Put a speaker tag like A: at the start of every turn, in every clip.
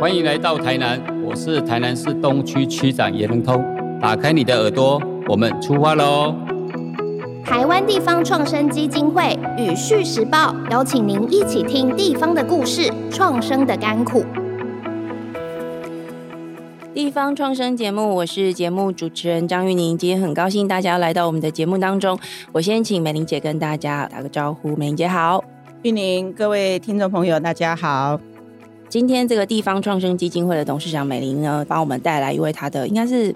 A: 欢迎来到台南，我是台南市东区区长严仁通。打开你的耳朵，我们出发喽！
B: 台湾地方创生基金会与《续时报》邀请您一起听地方的故事，创生的甘苦。
C: 地方创生节目，我是节目主持人张玉宁，今天很高兴大家来到我们的节目当中。我先请美玲姐跟大家打个招呼，美玲姐好。
D: 玉宁，各位听众朋友，大家好。
C: 今天这个地方创生基金会的董事长美玲呢，帮我们带来一位她的应该是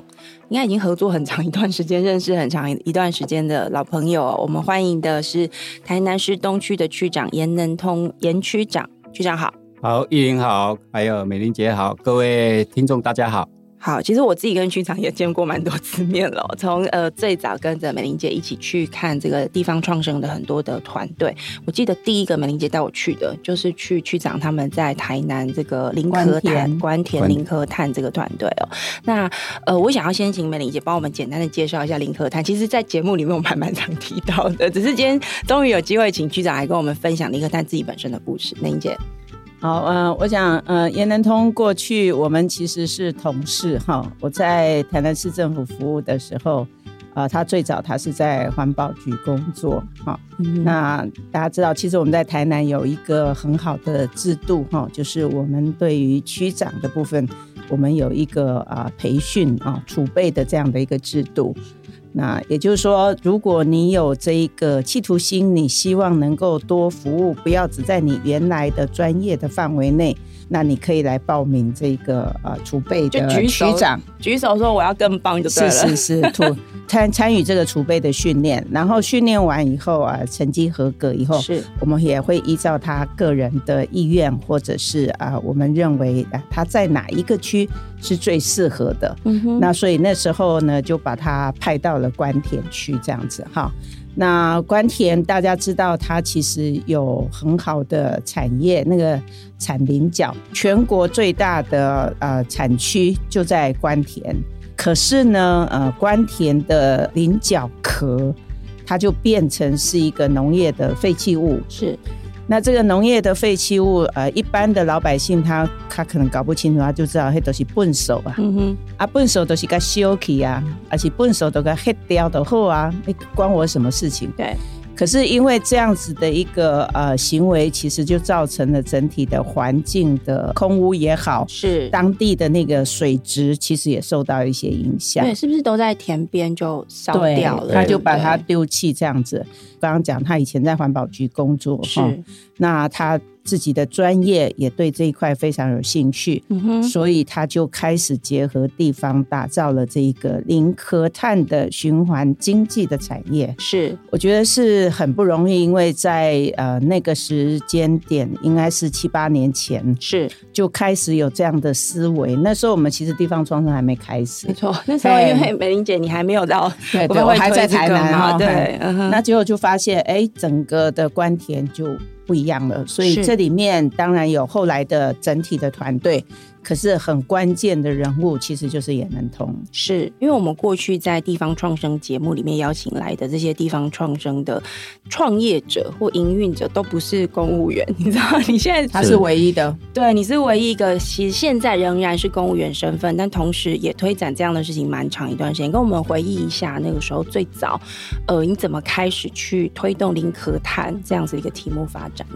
C: 应该已经合作很长一段时间，认识很长一段时间的老朋友哦。我们欢迎的是台南市东区的区长严能通严区长，区长好。
A: 好，玉莹好，还有美玲姐好，各位听众大家好。
C: 好，其实我自己跟区长也见过蛮多次面了 哦。从呃最早跟着美玲姐一起去看这个地方创生的很多的团队，我记得第一个美玲姐带我去的就是去区长他们在台南这个林科
D: 关
C: 探
D: 田
C: 关田
A: 关
C: 林科探这个团队哦。那呃，我想要先请美玲姐帮我们简单的介绍一下林科探。其实，在节目里面我们还蛮常提到的，只是今天终于有机会请区长来跟我们分享林科探自己本身的故事。美玲姐，
D: 好，呃，我想，呃，严能通过去我们其实是同事哈。我在台南市政府服务的时候，呃，他最早他是在环保局工作哈。
C: 那
D: 那大家知道，其实我们在台南有一个很好的制度哈，就是我们对于区长的部分，我们有一个啊、培训啊、储备的这样的一个制度。那也就是说，如果你有这一个企图心，你希望能够多服务，不要只在你原来的专业的范围内，那你可以来报名这个呃储备的
C: 就举手
D: 区长。
C: 举手说我要更棒就对了。
D: 是是是， 土参参与这个储备的训练，然后训练完以后啊，成绩合格以后，
C: 是
D: 我们也会依照他个人的意愿，或者是啊，我们认为啊他在哪一个区是最适合的。
C: 嗯哼
D: 那所以那时候呢，就把他派到了关田区这样子哈。那关田大家知道，它其实有很好的产业，那个产林角，全国最大的呃产区就在关田。可是呢，呃，关田的菱角壳，它就变成是一个农业的废弃物，
C: 是
D: 那这个农业的废弃物，呃，一般的老百姓他他可能搞不清楚，他就知道那都是笨手啊，
C: 嗯哼。
D: 啊笨手都是该修去啊，而且笨手都该黑掉的后啊，那关我什么事情？
C: 对，
D: 可是因为这样子的一个呃行为，其实就造成了整体的环境的空污也好，
C: 是，
D: 当地的那个水质其实也受到一些影响
C: 对，。是不是都在田边就烧
D: 对
C: 掉了？
D: 他
C: 对
D: 就
C: 不
D: 把它
C: 对
D: 丢弃这样子。刚刚讲他以前在环保局工作，哈
C: 是，
D: 那他自己的专业也对这一块非常有兴趣，
C: 嗯哼，
D: 所以他就开始结合地方，打造了这一个零壳碳的循环经济的产业。
C: 是
D: 我觉得是很不容易，因为在呃那个时间点，应该是七八年前
C: 是，
D: 就开始有这样的思维。那时候我们其实地方创生还没开始
C: 没，错。那时候
D: 对
C: 因为美玲姐你还没有到，
D: 对
C: 哎我
D: 对，
C: 们
D: 我
C: 会
D: 还
C: 推
D: 在
C: 这
D: 台
C: 个
D: 南
C: 嘛
D: 哈，
C: 对，嗯哼，
D: 那结果就发现，哎，整个的关田就不一样了。所以
C: 是
D: 这里面当然有后来的整体的团队，可是很关键的人物其实就是也能通。
C: 是因为我们过去在地方创生节目里面邀请来的这些地方创生的创业者或营运者，都不是公务员，你知道？你现在
D: 他
A: 是
D: 是唯一的，
C: 对，你是唯一一个，其实现在仍然是公务员身份，但同时也推展这样的事情蛮长一段时间。跟我们回忆一下那个时候最早，呃，你怎么开始去推动林可谈这样子一个题目发展？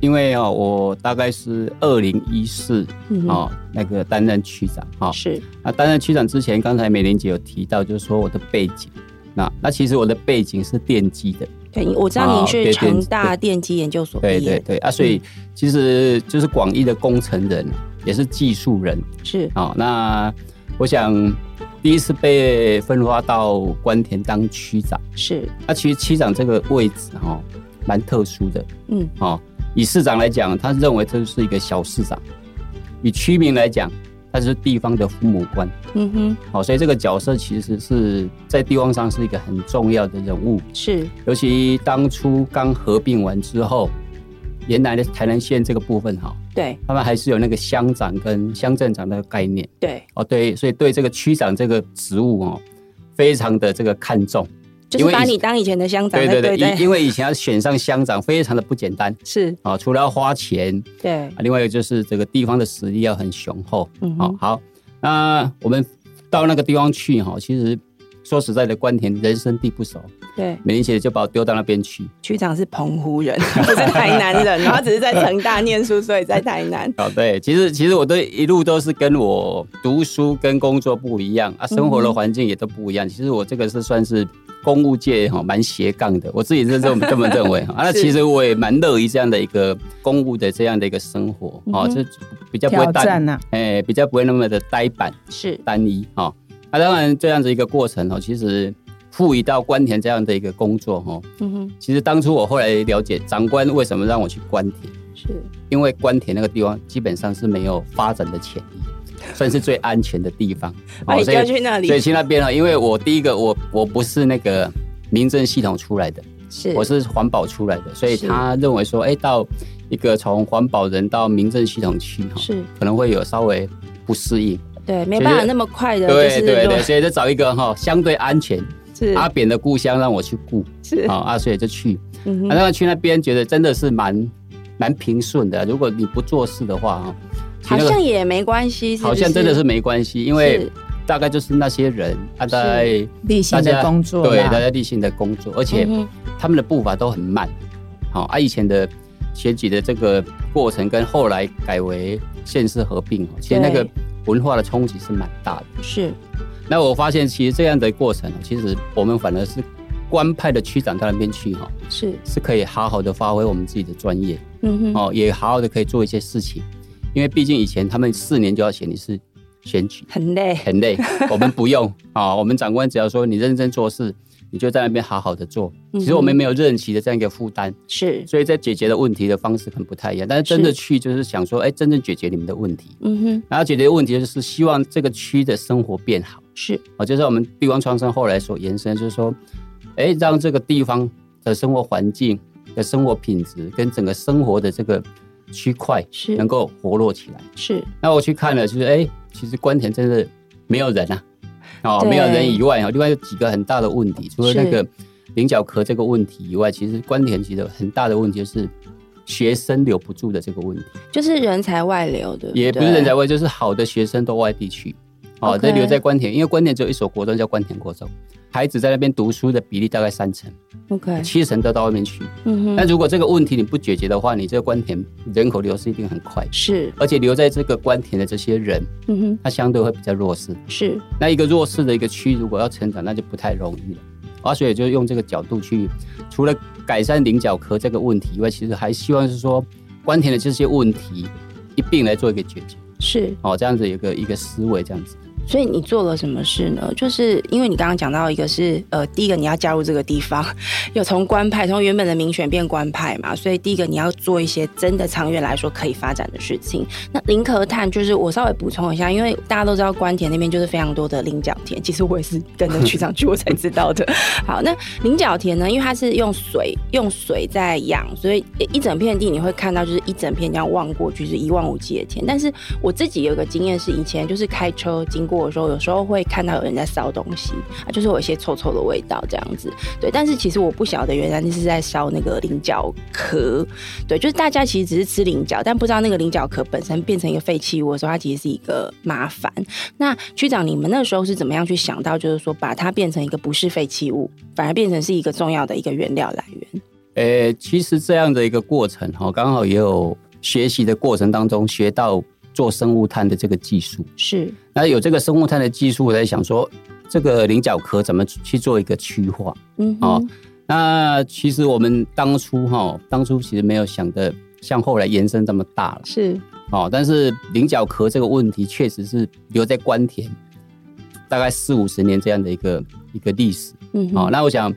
A: 因为哦，我大概是二零一四
C: 嗯
A: 哦，那个担任区长哈。
C: 是
A: 那担任区长之前，刚才美玲姐有提到，就是说我的背景。那那其实我的背景是电机的，
C: 对，我知道
A: 哦
C: 您是
A: 对
C: 成
A: 电
C: 大电机研究所毕
A: 对
C: 业，
A: 对对啊，所以其实就是广义的工程人，也是技术人。
C: 是
A: 哦，那我想第一次被分发到关田当区长，
C: 是，
A: 那其实区长这个位置哈、哦，蛮特殊的
C: 嗯，
A: 哦。以市长来讲，他认为这是一个小市长；以区民来讲，他是地方的父母官。
C: 嗯哼，
A: 哦，所以这个角色其实是在地方上是一个很重要的人物。
C: 是
A: 尤其当初刚合并完之后，原来的台南县这个部分哈、
C: 对
A: 他们还是有那个乡长跟乡镇长的概念。
C: 对，
A: 哦，对，所以对这个区长这个职务哦，非常的这个看重。
C: 就是把你当以前的乡长
A: 对
C: 在
A: 对对，
C: 对
A: 因
C: 待，
A: 因为以前要选上乡长非常的不简单
C: 是
A: 啊，除了要花钱，
C: 对
A: 啊，另外一个就是这个地方的实力要很雄厚。
C: 嗯
A: 好、
C: 哼
A: 好，那我们到那个地方去哈，其实说实在的，关田人生地不熟，
C: 对，
A: 美玲姐就把我丢到那边去。
C: 区长是澎湖人，不是台南人，然后只是在成大念书，所以在台南。
A: 哦，对，其实其实我都一路都是跟我读书跟工作不一样啊，生活
C: 嗯
A: 的环境也都不一样。其实我这个是算是公务界哈蛮斜杠的，我自己是这么这么认为啊。那
C: 是
A: 其实我也蛮乐于这样的一个公务的这样的一个生活哦，
C: 嗯哼啊
A: 这比较不会
D: 挑
A: 单
D: 战呐、
A: 哎，比较不会那么的呆板。
C: 是
A: 单一啊、哦。那、当然，这样子一个过程哦，其实赋予到关田这样的一个工作哦，
C: 嗯哼，
A: 其实当初我后来了解长官为什么让我去关田，
C: 是
A: 因为关田那个地方基本上是没有发展的潜力，算是最安全的地 方。哦
C: 啊你就要
A: 所
C: 去那
A: 以所以
C: 里，
A: 去那边哦了，因为我第一个我我不是那个民政系统出来的，
C: 是
A: 我是环保出来的，所以
C: 是
A: 他认为说，哎、到一个从环保人到民政系统去哈，
C: 是
A: 可能会有稍微不适应。
C: 对，没
A: 其实
C: 办法那么快的，
A: 对
C: 就是
A: 对
C: 落
A: 对，啊所以就找一个哈、相对安全，
C: 是
A: 阿扁的故乡让我去顾
C: 是
A: 啊，啊，所以就去，
C: 嗯
A: 啊，
C: 哼
A: 那么去那边觉得真的是蛮蛮平顺的。如果你不做事的话啊，
C: 好像也没关系，
A: 好像真的是没关系，因
C: 因
A: 为大概就是那些人啊，大概
D: 例行
A: 大家
D: 的工作
A: 对
D: 啦
A: 大家例行的工作，而
C: 嗯
A: 且他们的步伐都很慢。好、啊，以前的选举的这个过程跟后来改为县市合并哦，其实那个
C: 对
A: 文化的冲击是蛮大的。
C: 是
A: 那我发现，其实这样的过程，其实我们反而是官派的区长到那边去哈，
C: 是
A: 是可以好好的发挥我们自己的专业
C: 嗯哼
A: 哦，也好好的可以做一些事情，因为毕竟以前他们四年就要选一次选举，
C: 很累
A: 很 累，我们不用啊、我们长官只要说你认真做事，你就在那边好好的做。
C: 嗯哼
A: 其实我们没有任期的这样一个负担，
C: 是
A: 所以在解决的问题的方式可能不太一样，但是真的去就是想说，哎，真正解决你们的问题，
C: 嗯哼
A: 然后解决问题就是希望这个区的生活变好。
C: 是
A: 哦，就是我们地方创生后来所延伸，就是说，哎，让这个地方的生活环境、的生活品质跟整个生活的这个区块
C: 是
A: 能够活络起来。
C: 是
A: 那我去看了，就是哎，其实关田真的没有人啊，哦，
C: 对
A: 没有人以外哦，另外有几个很大的问题，除了
C: 是
A: 那个菱角壳这个问题以外，其实关田其实很大的问题就是。学生留不住的这个问题，
C: 就是人才外流的，对
A: 也
C: 对
A: 不是人才外，就是好的学生都外地去，哦，
C: OK
A: 都留在关田，因为关田只有一所国中叫关田国中，孩子在那边读书的比例大概三成，
C: OK
A: 七成都到外面去。
C: 嗯
A: 那
C: 哼
A: 如果这个问题你不解决的话，你这个关田人口流失一定很快，
C: 是
A: 而且留在这个关田的这些人，
C: 嗯哼
A: 他相对会比较弱势。
C: 是
A: 那一个弱势的一个区，如果要成长，那就不太容易了。啊，所以就用这个角度去，除了改善菱角壳这个问题以外，其实还希望是说关田的这些问题一并来做一个解决。
C: 是，
A: 哦，这样子有个一个思维这样子。
C: 所以你做了什么事呢？就是因为你刚刚讲到一个是呃，第一个你要加入这个地方，有从官派从原本的民选变官派嘛，所以第一个你要做一些真的长远来说可以发展的事情。那林可炭就是我稍微补充一下，因为大家都知道关田那边就是非常多的菱角田，其实我也是跟着区长去我才知道的。好，那菱角田呢，因为它是用水用水在养，所以一整片地你会看到就是一整片这样望过去是一望无际的田。但是我自己有一个经验是，以前就是开车经过的时候，有时候会看到有人在烧东西啊，就是有一些臭臭的味道这样子。对，但是其实我不晓得原来那是在烧那个菱角壳。对，就是大家其实只是吃菱角，但不知道那个菱角壳本身变成一个废弃物的时候，它其实是一个麻烦。那区长，你们那时候是怎么样去想到，就是说把它变成一个不是废弃物，反而变成是一个重要的一个原料来源？
A: 呃，其实这样的一个过程哈，刚好也有学习的过程当中学到做生物炭的这个技术。
C: 是
A: 那有这个生物炭的技术，我在想说，这个菱角壳怎么去做一个区化？
C: 嗯
A: 哦
C: 哼，
A: 那其实我们当初哈，当初其实没有想的像后来延伸这么大了
C: 是
A: 哦。但是菱角壳这个问题确实是留在关田大概四五十年这样的一个一个历史。
C: 嗯
A: 好、
C: 哼，
A: 那我想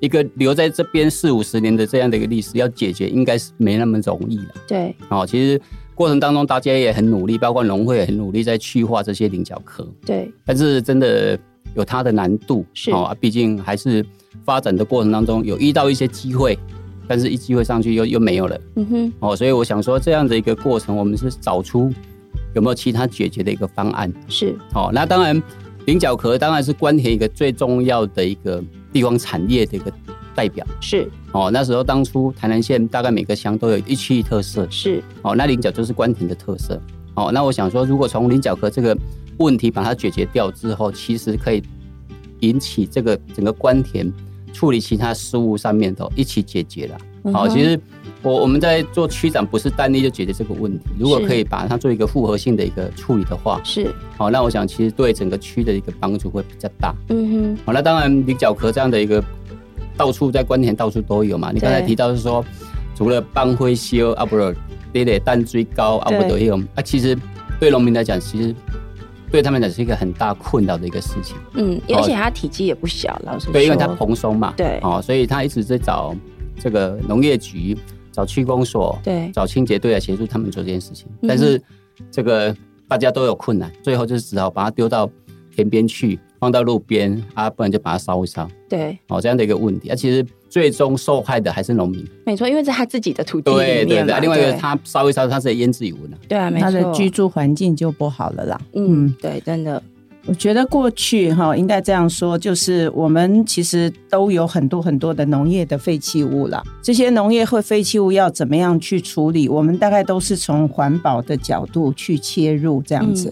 A: 一个留在这边四五十年的这样的一个历史，要解决应该是没那么容易了。
C: 对
A: 哦，其实过程当中大家也很努力，包括农会也很努力在去化这些菱角壳，
C: 对
A: 但是真的有它的难度，
C: 是
A: 啊毕竟还是发展的过程当中有遇到一些机会，但是一机会上去又又没有了。
C: 嗯哼
A: 哦，所以我想说这样的一个过程，我们是找出有没有其他解决的一个方案。
C: 是
A: 哦，那当然，菱角壳当然是关田一个最重要的一个地方产业的一个代表。
C: 是
A: 哦，那时候当初台南县大概每个乡都有一区域特色，
C: 是
A: 哦，那菱角就是关田的特色。哦，那我想说，如果从菱角壳这个问题把它解决掉之后，其实可以引起这个整个关田处理其他事务上面都一起解决了。好、
C: 嗯哼
A: 其实我我们在做区长不是单一就解决这个问题，如果
C: 是
A: 可以把它做一个复合性的一个处理的话，
C: 是，
A: 好、那我想其实对整个区的一个帮助会比较大。
C: 嗯
A: 好，那当然菱角壳这样的一个到处在关田到处都有嘛。你刚才
C: 对
A: 提到是说，除了帮灰修啊，不是你得蛋追高啊，
C: 对
A: 不得用啊，其实对农民来讲，其实。对他们来讲是一个很大困扰的一个事情，
C: 哼，嗯，而且它体积也不小，老实说，
A: 哦对，因为它蓬松嘛，
C: 对
A: 哦，所以他一直在找这个农业局、找区公所、
C: 对
A: 找清洁队来协助他们做这件事情。但是这个大家都有困难，最后就是只好把它丢到田边去，放到路边啊，不然就把它烧一烧。
C: 对，
A: 哦这样的一个问题。啊，其实最终受害的还是农民。
C: 没错，因为在它自己的土地
A: 对
C: 里
A: 对
C: 面
A: 对，
C: 嘛，
A: 啊另外一个
C: 对
A: 他烧一烧，他是腌制语文了、
C: 对啊，没
D: 他的
C: 错，
D: 居住环境就不好了啦。
C: 嗯，对，真的，
D: 我觉得过去哈，应该这样说，就是我们其实都有很多很多的农业的废弃物啦。这些农业会废弃物要怎么样去处理？我们大概都是从环保的角度去切入这样子。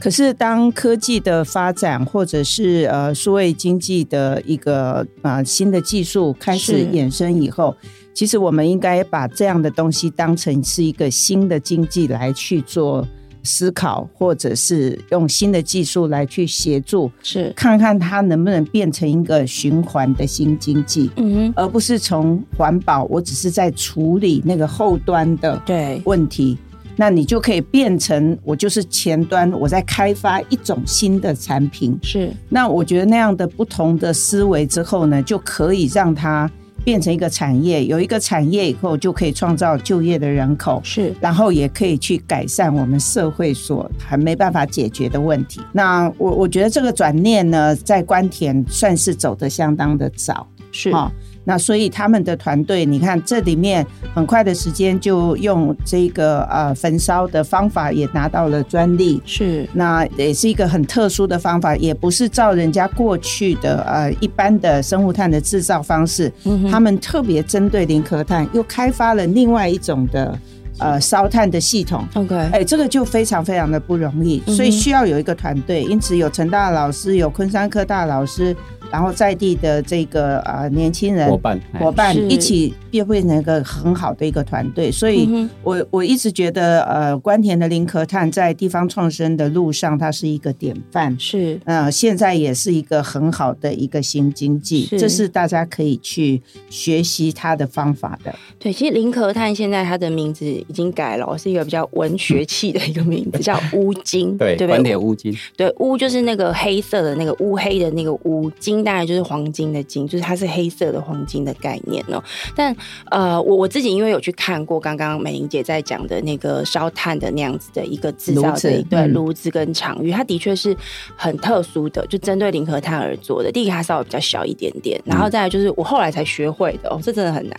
D: 可是，当科技的发展，或者是呃数位经济的一个呃新的技术开始
C: 是
D: 衍生以后，其实我们应该把这样的东西当成是一个新的经济来去做思考，或者是用新的技术来去协助，
C: 是，
D: 看看它能不能变成一个循环的新经济，
A: 呃
C: 嗯哼，
D: 而不是从环保，我只是在处理那个后端的
C: 对，
D: 问题。那你就可以变成我就是前端，我在开发一种新的产品，
C: 是，
D: 那我觉得那样的不同的思维之后呢，就可以让它变成一个产业，有一个产业以后就可以创造就业的人口。
C: 是，
D: 然后也可以去改善我们社会所还没办法解决的问题。那我我觉得这个转念呢，在关田算是走得相当的早。
C: 是，
D: 哦。那所以他们的团队，你看这里面很快的时间就用这个呃焚烧的方法也拿到了专利，
C: 是，
D: 那也是一个很特殊的方法，也不是照人家过去的呃一般的生物炭的制造方式，
C: 嗯
D: 他
C: 哼，
D: 们特别针对林壳炭，又开发了另外一种的呃烧炭的系统。
C: ，OK，
D: 哎，这个就非常非常的不容易，
C: 嗯哼
D: 所以需要有一个团队。因此有成大的老师，有昆山科大的老师，然后在地的这个呃年轻人
A: 伙伴，哎
D: 伙伴
C: 是
D: 一起变变成一个很好的一个团队。所以
C: 嗯哼
D: 我，我一直觉得，呃，关田的林壳炭在地方创生的路上，它是一个典范。
C: 是，
D: 呃，现在也是一个很好的一个新经济，
C: 是
D: 这是大家可以去学习它的方法的。
C: 对，其实林壳炭现在它的名字已经改了，是一个比较文学气的一个名字， 叫乌金，
A: 对
C: 对不
A: 关
C: 对？
A: 田乌金，
C: 对，乌就是那个黑色的那个乌黑的那个乌，金当然就是黄金的金，就是它是黑色的黄金的概念哦。但呃，我我自己因为有去看过刚刚美玲姐在讲的那个烧炭的那样子的一个制造
D: 炉子
C: 的一对
D: 嗯
C: 炉子跟场域，它的确是很特殊的，就针对零和炭而做的。第一个它稍微比较小一点点，
D: 嗯
C: 然后再来就是我后来才学会的哦，这真的很难。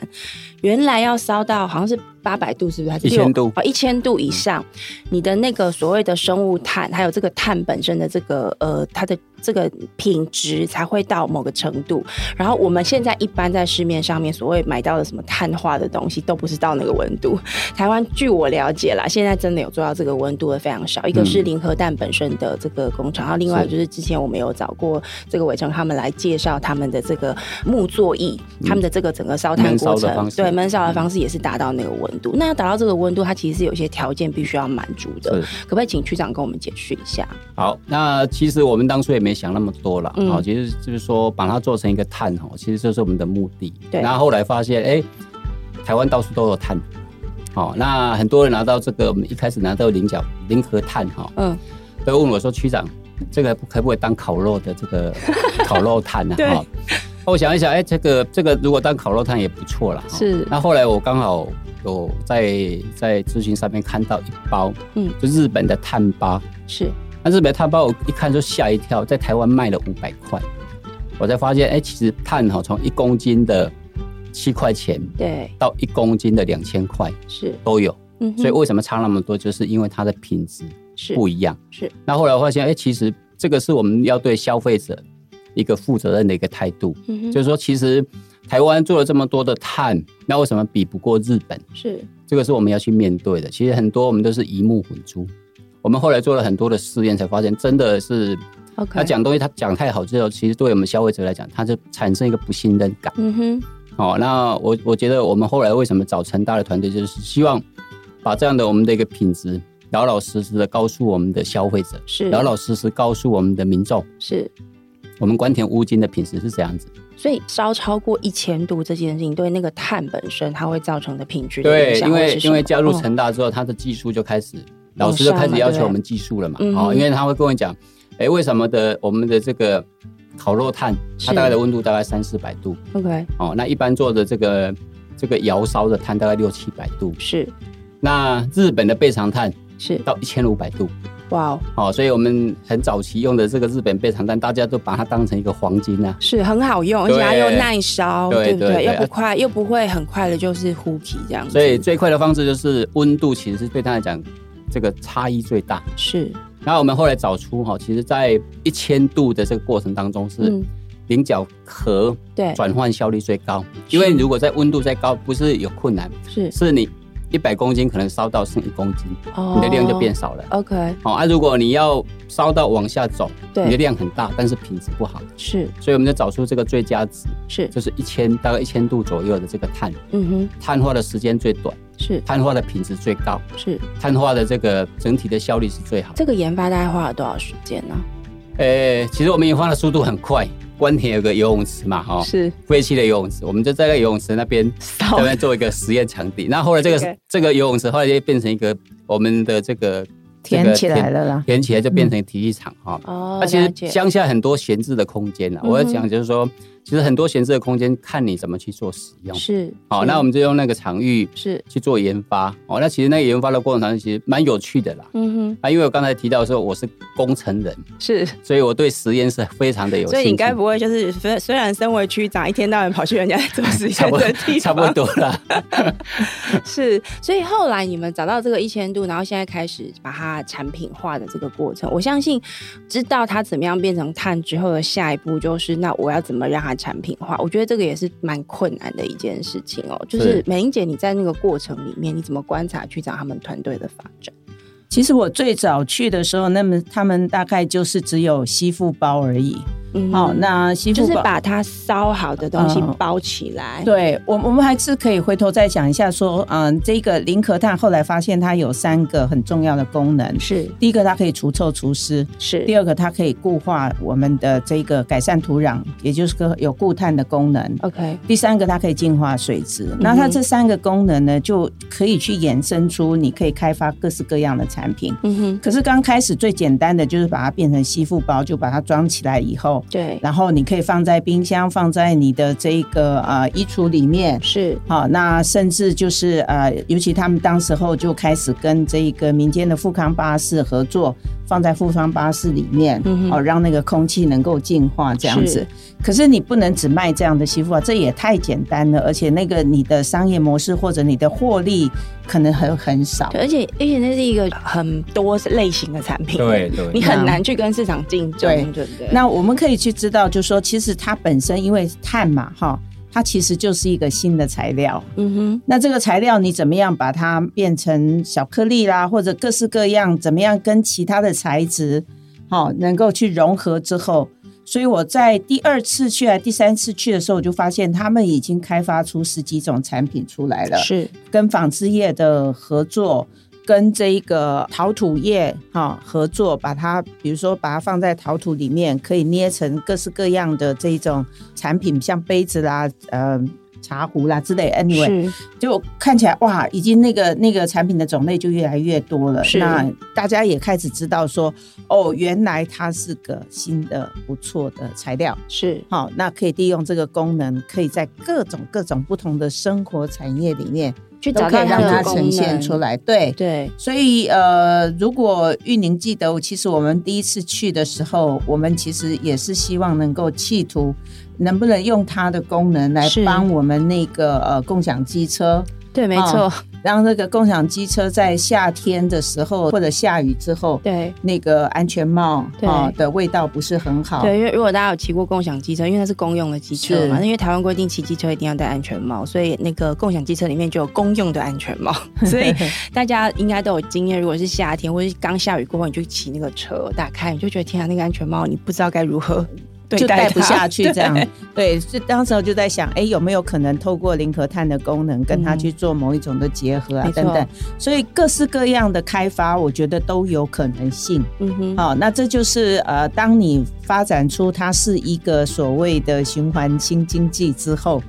C: 原来要烧到好像是八百度，是不是？还是
A: 1000
C: 六
A: 度
C: 哦，一千度以上，你的那个所谓的生物碳，还有这个碳本身的这个呃，它的这个品质才会到某个程度。然后我们现在一般在市面上面所谓买到的什么碳化的东西，都不是到那个温度。台湾据我了解啦，现在真的有做到这个温度的非常少，一个是
A: 嗯
C: 林和蛋本身的这个工厂，然后另外
A: 是
C: 就是之前我们有找过这个伟成他们来介绍他们的这个木作艺，
A: 嗯
C: 他们的这个整个烧炭
A: 闷烧
C: 哦过
A: 的
C: 程
A: 方，式嗯
C: 对闷烧的方式也是达到那个温度。那要达到这个温度，它其实是有一些条件必须要满足
A: 是
C: 的。可不可以请区长跟我们解释一下？
A: 好，那其实我们当初也没想那么多啦，
C: 嗯
A: 好、其实就是说把它做成一个碳哦，其实这是我们的目的。
C: 对
A: 然后后来发现，哎、台湾到处都有碳，好、那很多人拿到这个，我们一开始拿到菱角菱壳碳哈、
C: 嗯，
A: 都问我说，区长，这个可不可以当烤肉的这 个烤肉碳呢、
C: 对
A: 哈我想一想，哎、这个这个如果当烤肉碳也不错啦。哈
C: 是
A: 那后来我刚好有在在咨询上面看到一包，
C: 嗯
A: 嗯，就日本的碳包。
C: 是
A: 但是美炭包我一看就吓一跳，在台湾卖了五百块，我才发现，哎、其实碳哈从一公斤的七块钱
C: 对，
A: 到一公斤的两千块
C: 是，
A: 都有，
C: 嗯哼，
A: 所以为什么差那么多，就是因为它的品质
C: 是
A: 不一样。
C: 是
A: 那后来我发现，哎、其实这个是我们要对消费者一个负责任的一个态度。
C: 嗯哼
A: 就是说，其实台湾做了这么多的碳，那为什么比不过日本？
C: 是
A: 这个是我们要去面对的。其实很多我们都是一目混珠。我们后来做了很多的试验，才发现真的是
C: OK，
A: 他，讲东西他讲太好之后，其实对我们消费者来讲，他就产生一个不信任感。
C: 嗯哼，
A: 哦，那我我觉得我们后来为什么找成大的团队，就是希望把这样的我们的一个品质老老实实的告诉我们的消费者，
C: 是
A: 老老实实告诉我们的民众，
C: 是。
A: 我们关田乌金的品质是怎样子。
C: 所以烧超过一千度这件事情，对那个碳本身它会造成的品质的影
A: 对，
C: 响
A: 因
C: 会
A: 为
C: 是什
A: 因
C: 么
A: 为加入
C: 哦
A: 成大之后，他的技术就开始，老
C: 往
A: 师就
C: 上
A: 开始
C: 嘛
A: 要
C: 对不
A: 求我
C: 对
A: 们技术了嘛。
C: 嗯
A: 哦，
C: 哼
A: 因为他会跟我讲，哎，为什么的我们的这个烤肉炭，它
C: 是
A: 大概的温度大概三四百度，
C: OK
A: 哦，那一般做的这个这个窑烧的炭大概六七百度，
C: 是
A: 那日本的备长炭
C: 是
A: 到一千五百度，
C: 哇哦，
A: 哦，所以我们很早期用的这个日本备长炭，大家都把它当成一个黄金啊。
C: 是很好用，而且它
A: 对
C: 又耐烧，
A: 对
C: 对不
A: 对
C: 对？
A: 对
C: 又不快，又不会很快的就是呼吸这样子，
A: 所以最快的方式就是温度，其实是对他来讲，这个差异最大。
C: 是
A: 然后我们后来找出哈，其实在一千度的这个过程当中是
C: 嗯
A: 菱角壳
C: 对
A: 转换效率最高，因为你如果在温度再高，不是有困难，
C: 是
A: 是你一百公斤可能烧到剩一公斤，
C: 哦
A: 你的量就变少了。
C: OK
A: 好、啊，如果你要烧到往下走，
C: 对
A: 你的量很大，但是品质不好，
C: 是
A: 所以我们就找出这个最佳值，
C: 是
A: 就是一千大概一千度左右的这个碳，
C: 嗯哼
A: 碳化的时间最短，
C: 是
A: 碳化的品质最高，
C: 是
A: 碳化的这个整体的效率是最好。
C: 这个研发大概花了多少时间呢？
A: 呃，其实我们研发的速度很快。关田有个游泳池嘛，哈、哦，
C: 是
A: 废弃的游泳池，我们就在那个游泳池那边，在
C: 扫
A: 那边做一个实验场地。那后来 这个
C: OK
A: 这个游泳池后来就变成一个我们的这个
D: 填
A: 这个
D: 起来了嗯啦
A: 填起来就变成体育场哈。
C: 哦
A: 那、，啊其
C: 了
A: 实
C: 解
A: 乡下很多闲置的空间呢，啊我要
C: 嗯哼
A: 讲就是说，其实很多闲置的空间看你怎么去做使用。
C: 是
A: 好，
C: 是
A: 那我们就用那个场域
C: 是
A: 去做研发。哦，那其实那个研发的过程当中其实蛮有趣的啦。
C: 嗯
A: 啊，因为我刚才提到说我是工程人，
C: 哼是。
A: 所以我对实验是非常的有兴趣。
C: 所以你该不会就是虽虽然身为区长，一天到晚跑去人家做实
A: 差
C: 验
A: 不
C: 的
A: 多
C: 地方，
A: 差不多 啦。
C: 是，所以后来你们找到这个一千度，然后现在开始把它产品化的这个过程，我相信知道它怎么样变成碳之后的下一步就是，那我要怎么让它产品化？我觉得这个也是蛮困难的一件事情哦。就是
A: 是
C: 美玲姐，你在那个过程里面，你怎么观察区长他们团队的发展？
D: 其实我最早去的时候，那么他们大概就是只有吸附包而已。
C: 嗯
D: 好、那吸
C: 就
D: 附
C: 是
D: 包。
C: 把它烧好的东西
D: 嗯
C: 包起来，
D: 对我，我们还是可以回头再讲一下，说，嗯，这个零壳炭后来发现它有三个很重要的功能。
C: 是
D: 第一个，它可以除臭除湿；
C: 是
D: 第二个，它可以固化我们的这个改善土壤，也就是个有固碳的功能。
C: ，OK，嗯
D: 第三个，它可以净化水质。那它这三个功能呢，就可以去衍生出你可以开发各式各样的产品。
C: 嗯哼，
D: 可是刚开始最简单的就是把它变成吸附包，就把它装起来以后，
C: 对，
D: 然后你可以放在冰箱，放在你的这个呃衣橱里面。
C: 是
D: 好，那甚至就是呃，尤其他们当时候就开始跟这个民间的富康巴士合作，放在富康巴士里面，
C: 嗯哼
D: 哦，让那个空气能够净化这样子
C: 是。
D: 可是你不能只卖这样的吸附啊，这也太简单了，而且那个你的商业模式或者你的获利可能很很少
C: 对。而且而且那是一个很多类型的产品，
A: 对
C: 你很难去跟市场竞争，
D: 对
C: 对不对？
D: 那我们可以去知道，就是说，其实它本身因为碳嘛，哈，它其实就是一个新的材料。
C: 嗯哼，
D: 那这个材料你怎么样把它变成小颗粒啦，或者各式各样，怎么样跟其他的材质，好、能够去融合之后，所以我在第二次去啊，第三次去的时候，我就发现他们已经开发出十几种产品出来了，
C: 是
D: 跟纺织业的合作。跟这一个陶土业哈、合作，把它比如说把它放在陶土里面，可以捏成各式各样的这种产品，像杯子啦、呃茶壶啦之类。Anyway，
C: 是
D: 就看起来哇，已经那个那个产品的种类就越来越多了。
C: 是
D: 那大家也开始知道说，哦，原来它是个新的不错的材料。
C: 是
D: 好、那可以利用这个功能，可以在各种各种不同的生活产业里面
C: 去
D: 都
C: 找
D: 可
C: 到
D: 以让它
C: 的功
D: 呈现
C: 能
D: 出，来。对，
C: 对，
D: 所以呃，如果玉宁记得，其实我们第一次去的时候，我们其实也是希望能够企图能不能用它的功能来
C: 是
D: 帮我们那个呃共享机车。
C: 对，没
D: 哦
C: 错，
D: 让这个共享机车在夏天的时候或者下雨之后，
C: 对
D: 那个安全帽
C: 对
D: 啊的味道不是很好。
C: 对，因为如果大家有骑过共享机车，因为它是公用的机车
D: 是
C: 嘛，那因为台湾规定骑机车一定要戴安全帽，所以那个共享机车里面就有公用的安全 帽，所以大家应该都有经验。如果是夏天或是刚下雨过后，你就骑那个车打开，你就觉得天啊，那个安全帽你不知道该如何对
D: 就
C: 待
D: 带不
C: 它
D: 下去
C: 对
D: 这样。对，是当时我就在想，哎，有没有可能透过零和碳的功能跟它
C: 嗯
D: 去做某一种的结合啊
C: 没，错
D: 等等。所以各式各样的开发，我觉得都有可能性。
C: 嗯哼，
D: 好、那这就是呃，当你发展出它是一个所谓的循环新经济之后。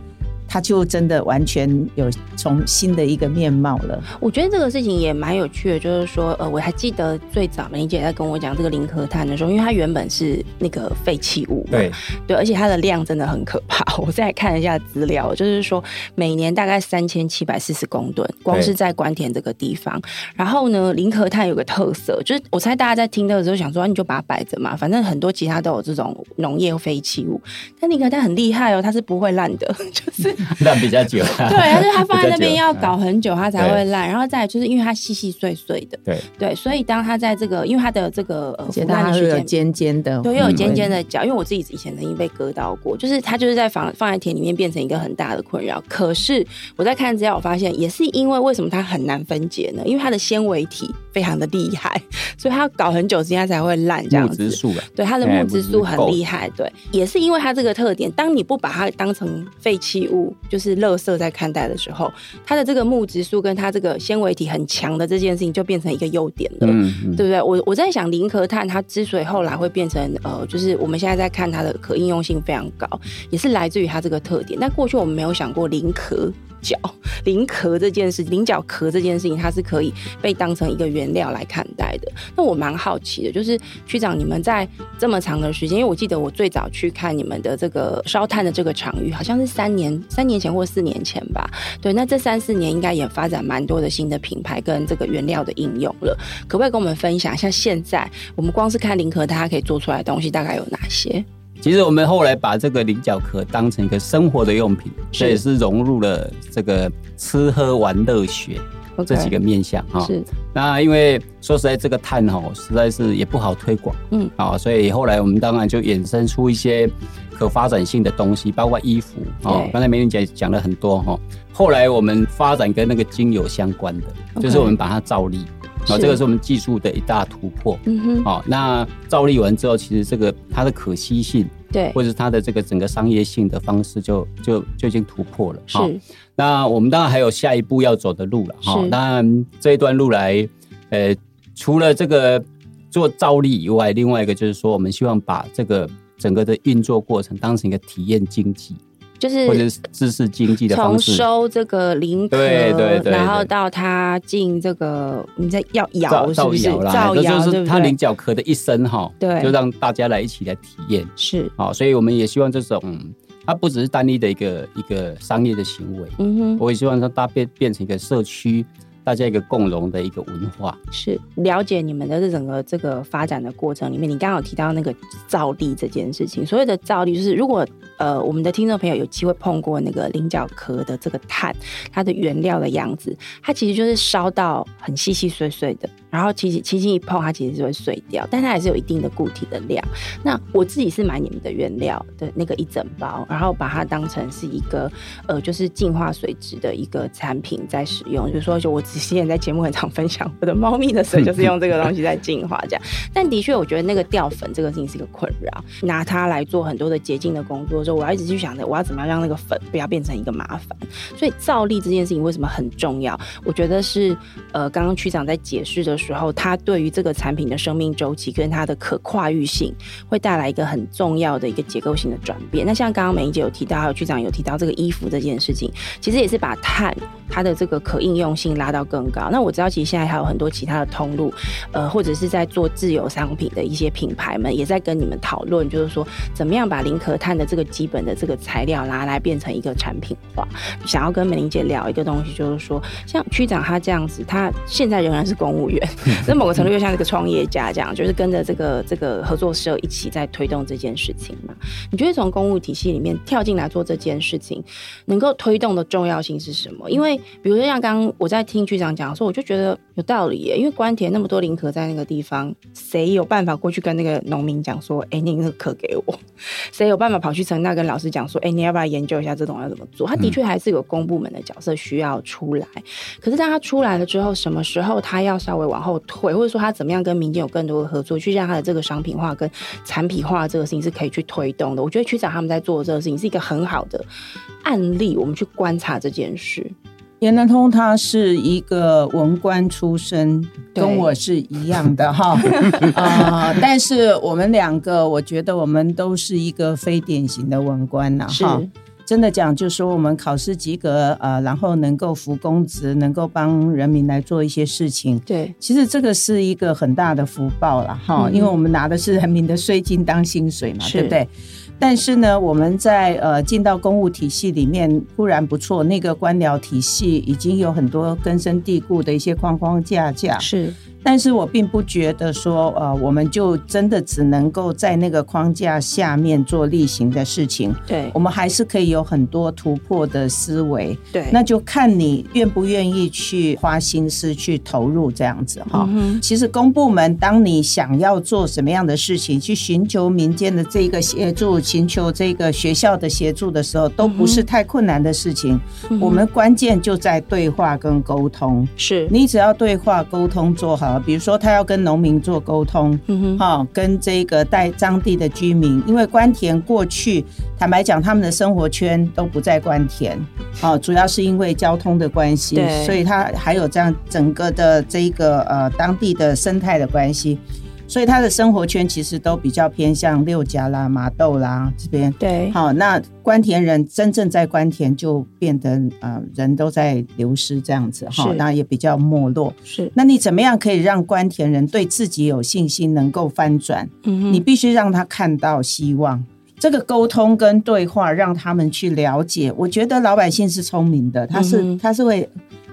D: 它就真的完全有从新的一个面貌了，
C: 我觉得这个事情也蛮有趣的，就是说，呃，我还记得最早美玲姐在跟我讲这个零和碳的时候，因为它原本是那个废弃物嘛，
A: 对，
C: 对，而且它的量真的很可怕。我再看了一下资料，就是说每年大概三千七百四十公吨，光是在关田这个地方。然后呢，林和炭有个特色，就是我猜大家在听到的时候想说，啊你就把它摆着嘛，反正很多其他都有这种农业废弃物，但林和炭很厉害哦，它是不会烂的， 就是
A: 那比较久。 啊
C: 对，它就是它放在那边
A: 比较久
C: 要搞很久，它才会烂。然后再来就是因为它细细碎碎的，
A: 对
C: 对，所以当它在这个，因为它的这个呃
D: 而
C: 腐
D: 且
C: 烂
D: 它
C: 的
D: 又
C: 时
D: 有
C: 间
D: 尖尖的，
C: 对，又有
D: 嗯
C: 尖尖的角，因为我自己以前曾经被割到过，就是它就是在放放在田里面变成一个很大的困扰。可是我在看资料，我发现也是因为为什么它很难分解呢？因为它的纤维体非常的厉害，所以它要搞很久时间它才会烂这样
A: 木
C: 子
A: 质。素啊，
C: 对它的
A: 哎
C: 木
A: 木
C: 质
A: 质
C: 素很
A: 够
C: 厉害，对，也是因为它这个特点，当你不把它当成废弃物，就是垃圾在看待的时候，它的这个木质素跟它这个纤维体很强的这件事情就变成一个优点了。
A: 嗯，嗯
C: 对不对？我我在想，零和碳它之所以后来会变成呃，就是我们现在在看它的可应用性非常高，也是来自于它这个特点。但过去我们没有想过零壳角、零壳这件事、菱角壳这件事情，它是可以被当成一个原料来看待的。那我蛮好奇的，就是区长，你们在这么长的时间，因为我记得我最早去看你们的这个烧炭的这个场域，好像是三年、三年前或四年前吧。对，那这三四年应该也发展蛮多的新的品牌跟这个原料的应用了。可不可以跟我们分享一下，现在我们光是看林和它可以做出来的东西大概有哪些？
A: 其实我们后来把这个菱角壳当成一个生活的用品，
C: 是
A: 这也是融入了这个吃喝玩乐学这几个面向哈。
C: 是
A: 那因为说实在，这个碳哦，实在是也不好推广，
C: 嗯，
A: 啊、所以后来我们当然就衍生出一些可发展性的东西，包括衣服哦
C: 对。
A: 刚才梅玲姐讲了很多哈、哦，后来我们发展跟那个精油相关的
C: OK
A: 就是我们把它照例，
C: 是
A: 哦，这个是我们技术的一大突破。
C: 嗯哼，
A: 哦，那照例完之后，其实这个它的可惜性，
C: 对，
A: 或者是它的这个整个商业性的方式就，就就已经突破了。
C: 是
A: 哦那我们当然还有下一步要走的路了哈
C: 是。
A: 当然这一段路来，呃，除了这个做照例以外，另外一个就是说，我们希望把这个整个的运作过程当成一个体验经济
C: 就
A: 或者
C: 是
A: 是知识经济的方
C: 从
A: 式。
C: 收这个林壳，
A: 对对对
C: 然后
A: 对
C: 到它进这个你在要
A: 造
C: 摇是
A: 造
C: 不是？
A: 谣啦，
C: 造
A: 这
C: 谣
A: 就
C: 对
A: 是
C: 不
A: 它菱
C: 对？
A: 角壳的一生哈，
C: 对
A: 就让大家来一起来体验。
C: 是，
A: 好、所以我们也希望这种，它不只是单一的一个一个商业的行为，
C: 嗯哼，
A: 我也希望它搭变变成一个社区，大家一个共荣的一个文 化。
C: 是了解你们的这整个这个发展的过程里面，你刚刚有提到那个照例这件事情，所谓的照例就是如果呃我们的听众朋友有机会碰过那个菱角壳的这个碳，它的原料的样子，它其实就是烧到很细细碎碎的，然后其实轻轻一碰，它其实就会碎掉，但它还是有一定的固体的量。那我自己是买你们的原料的那个一整包，然后把它当成是一个呃，就是净化水质的一个产品在使用。比如说，就我之前在节目很常分享，我的猫咪的水就是用这个东西在净化这样。 但的确，我觉得那个掉粉这个事情是一个困扰，拿它来做很多的洁净的工作的时候，我要一直去想着我要怎么样让那个粉不要变成一个麻烦。所以照例这件事情为什么很重要？我觉得是呃，刚刚区长在解释的时候，他对于这个产品的生命周期跟它的可跨域性，会带来一个很重要的一个结构性的转变。那像刚刚美英姐有提到，还有区长有提到这个衣服这件事情，其实也是把碳它的这个可应用性拉到更高。那我知道，其实现在还有很多其他的通路，呃，或者是在做自有商品的一些品牌们，也在跟你们讨论，就是说怎么样把零壳碳的这个基本的这个材料拿来变成一个产品化。想要跟美玲姐聊一个东西，就是说，像区长他这样子，他现在仍然是公务员， 那某个程度又像一个创业家这样，就是跟着这个这个合作社一起在推动这件事情嘛。你觉得从公务体系里面跳进来做这件事情，能够推动的重要性是什么？因为以比如说像刚刚我在听局长讲的时候，我就觉得有道理耶，因为关田那么多林可在那个地方，谁有办法过去跟那个农民讲说，哎，你那个可给我？谁有办法跑去成大跟老师讲说，哎，你要不要研究一下这种要怎么做？他的确还是有公部门的角色需要出来，可是当他出来了之后，什么时候他要稍微往后退，或者说他怎么样跟民间有更多的合作，去让他的这个商品化跟产品化这个事情是可以去推动的。我觉得区长他们在做的这个事情是一个很好的案例，我们去观察这件事。
D: 严南通他是一个文官出身，
C: 对
D: 跟我是一样 的哈。啊、但是我们两个，我觉得我们都是一个非典型的文官呐、
C: 是
D: 哈。真的讲，就说我们考试及格，呃，然后能够服公职，能够帮人民来做一些事情。
C: 对，
D: 其实这个是一个很大的福报了哈，
C: 嗯
D: 因为我们拿的是人民的税金当薪水嘛，
C: 是
D: 对不对？但是呢，我们在呃进到公务体系里面固然不错，那个官僚体系已经有很多根深蒂固的一些框框架架，
C: 是
D: 但是我并不觉得说呃我们就真的只能够在那个框架下面做例行的事情，
C: 对
D: 我们还是可以有很多突破的思维，
C: 对
D: 那就看你愿不愿意去花心思去投入这样子哈。
C: 嗯哼
D: 其实公部门，当你想要做什么样的事情，去寻求民间的这个协助，寻求这个学校的协助的时候，都不是太困难的事情。
C: 嗯哼
D: 我们关键就在对话跟沟通。
C: 是
D: 你只要对话沟通做好，比如说他要跟农民做沟通，
C: 嗯哼
D: 哈、跟这个带当地的居民，因为关田过去坦白讲，他们的生活圈都不在关田，哦，主要是因为交通的关系
C: 对，
D: 所以它还有这样整个的这一个呃当地的生态的关系，所以他的生活圈其实都比较偏向六甲啦、麻豆啦这边。
C: 对
D: 好，那关田人真正在关田就变得呃人都在流失这样子哈
C: 是，
D: 那也比较没落。
C: 是
D: 那你怎么样可以让关田人对自己有信心，能够翻转？
C: 嗯哼
D: 你必须让他看到希望。这个沟通跟对话，让他们去了解。我觉得老百姓是聪明的，他是、
C: 嗯哼
D: 他是会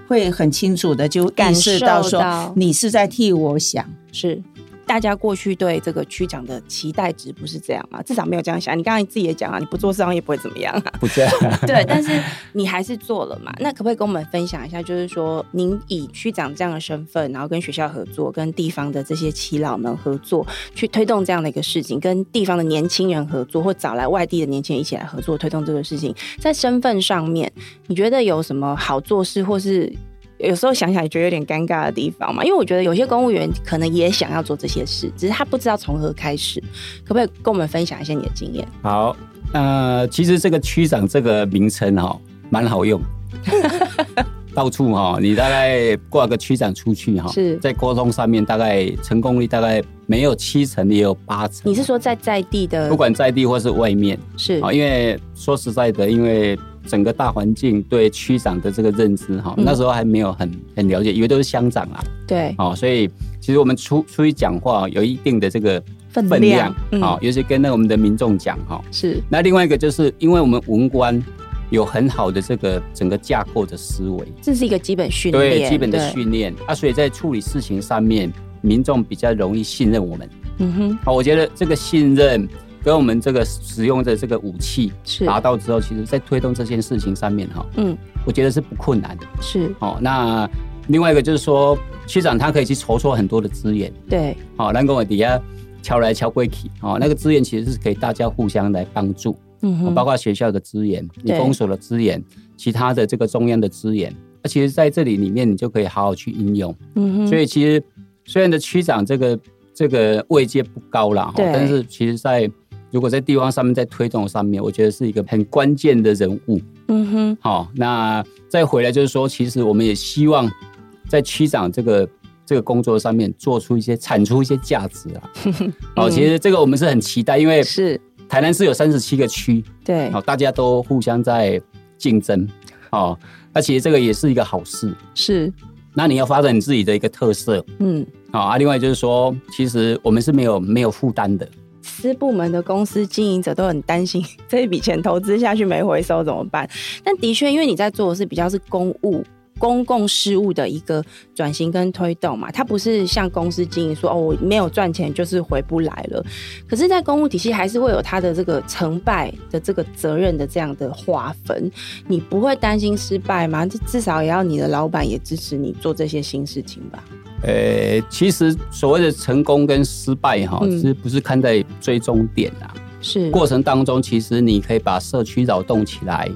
D: 会很清楚的就
C: 感
D: 意识到
C: 受
D: 说
C: 到
D: 你是在替我想。
C: 是大家过去对这个区长的期待值不是这样嘛？至少没有这样想。你刚刚自己也讲啊，你不做事好像也不会怎么样啊。
A: 不这样。
C: 对，但是你还是做了嘛？那可不可以跟我们分享一下，就是说您以区长这样的身份，然后跟学校合作，跟地方的这些耆老们合作，去推动这样的一个事情，跟地方的年轻人合作，或找来外地的年轻人一起来合作推动这个事情，在身份上面，你觉得有什么好做事，或是？有时候想想也觉得有点尴尬的地方嘛，因为我觉得有些公务员可能也想要做这些事，只是他不知道从何开始。可不可以跟我们分享一下你的经验？
A: 好，呃，其实这个区长这个名称哈、哦，蛮好 用，到处哈、你大概挂个区长出去哈、
C: 是
A: 在沟通上面大概成功率大概没有七成，也有八成。
C: 你是说在在地的，
A: 不管在地或是外面
C: 是
A: 啊、因为说实在的，因为整个大环境对区长的这个认知哈、
C: 嗯
A: 那时候还没有很很了解，以为都是乡长啦，
C: 对
A: 哦，所以其实我们出出去讲话有一定的这个
C: 分
A: 分量
C: 量
A: 啊、，
C: 嗯，
A: 哦，尤其跟那个我们的民众讲哈、
C: 是
A: 那另外一个就是，因为我们文官有很好的这个整个架构的思维，
C: 这是一个基本训练，
A: 对基本的
C: 对，
A: 训练啊，所以在处理事情上面，民众比较容易信任我们。
C: 嗯哼，
A: 啊，我觉得这个信任跟我们这个使用的这个武器
C: 是，
A: 达到之后，其实在推动这件事情上面哈，
C: 嗯，
A: 我觉得是不困难的。
C: 是
A: 哦，那另外一个就是说，区长他可以去筹措很多的资源，
C: 对，
A: 哦，那跟我底下敲来敲过去，哦，那个资源其实是可以大家互相来帮助。
C: 嗯哼，
A: 包括学校的资源、你
C: 对
A: 封锁的资源、其他的这个中央的资源，那其实在这里里面你就可以好好去应用。
C: 嗯哼，
A: 所
C: 以
A: 以其实虽然的区长这个这个位阶不高啦，哈
C: 对
A: 但是其实在如果在地方上面在推动上面，我觉得是一个很关键的人物。
C: 嗯哼，
A: 好、那再回来就是说，其实我们也希望在区长这个这个工作上面做出一些产出一些价值 啊。哦，其实这个我们是很期待，因为
C: 嗯是
A: 台南市有三十七个区，
C: 对
A: 好，，大家都互相在竞争，哦，那其实这个也是一个好事。
C: 是，
A: 那你要发展你自己的一个特色，
C: 嗯，
A: 哦、啊，另外就是说，其实我们是没有没有负担的，
C: 私部门的公司经营者都很担心 这一笔钱投资下去没回收怎么办？但的确，因为你在做的是比较是公务公共事务的一个转型跟推动嘛，它不是像公司经营说哦，我没有赚钱就是回不来了。可是，在公务体系还是会有它的这个成败的这个责任的这样的划分，你不会担心失败吗？这至少也要你的老板也支持你做这些新事情吧？
A: 呃，其实所谓的成功跟失败哈，
C: 嗯
A: 其实不是看在最终点啊。
C: 是
A: 过程当中，其实你可以把社区扰动起来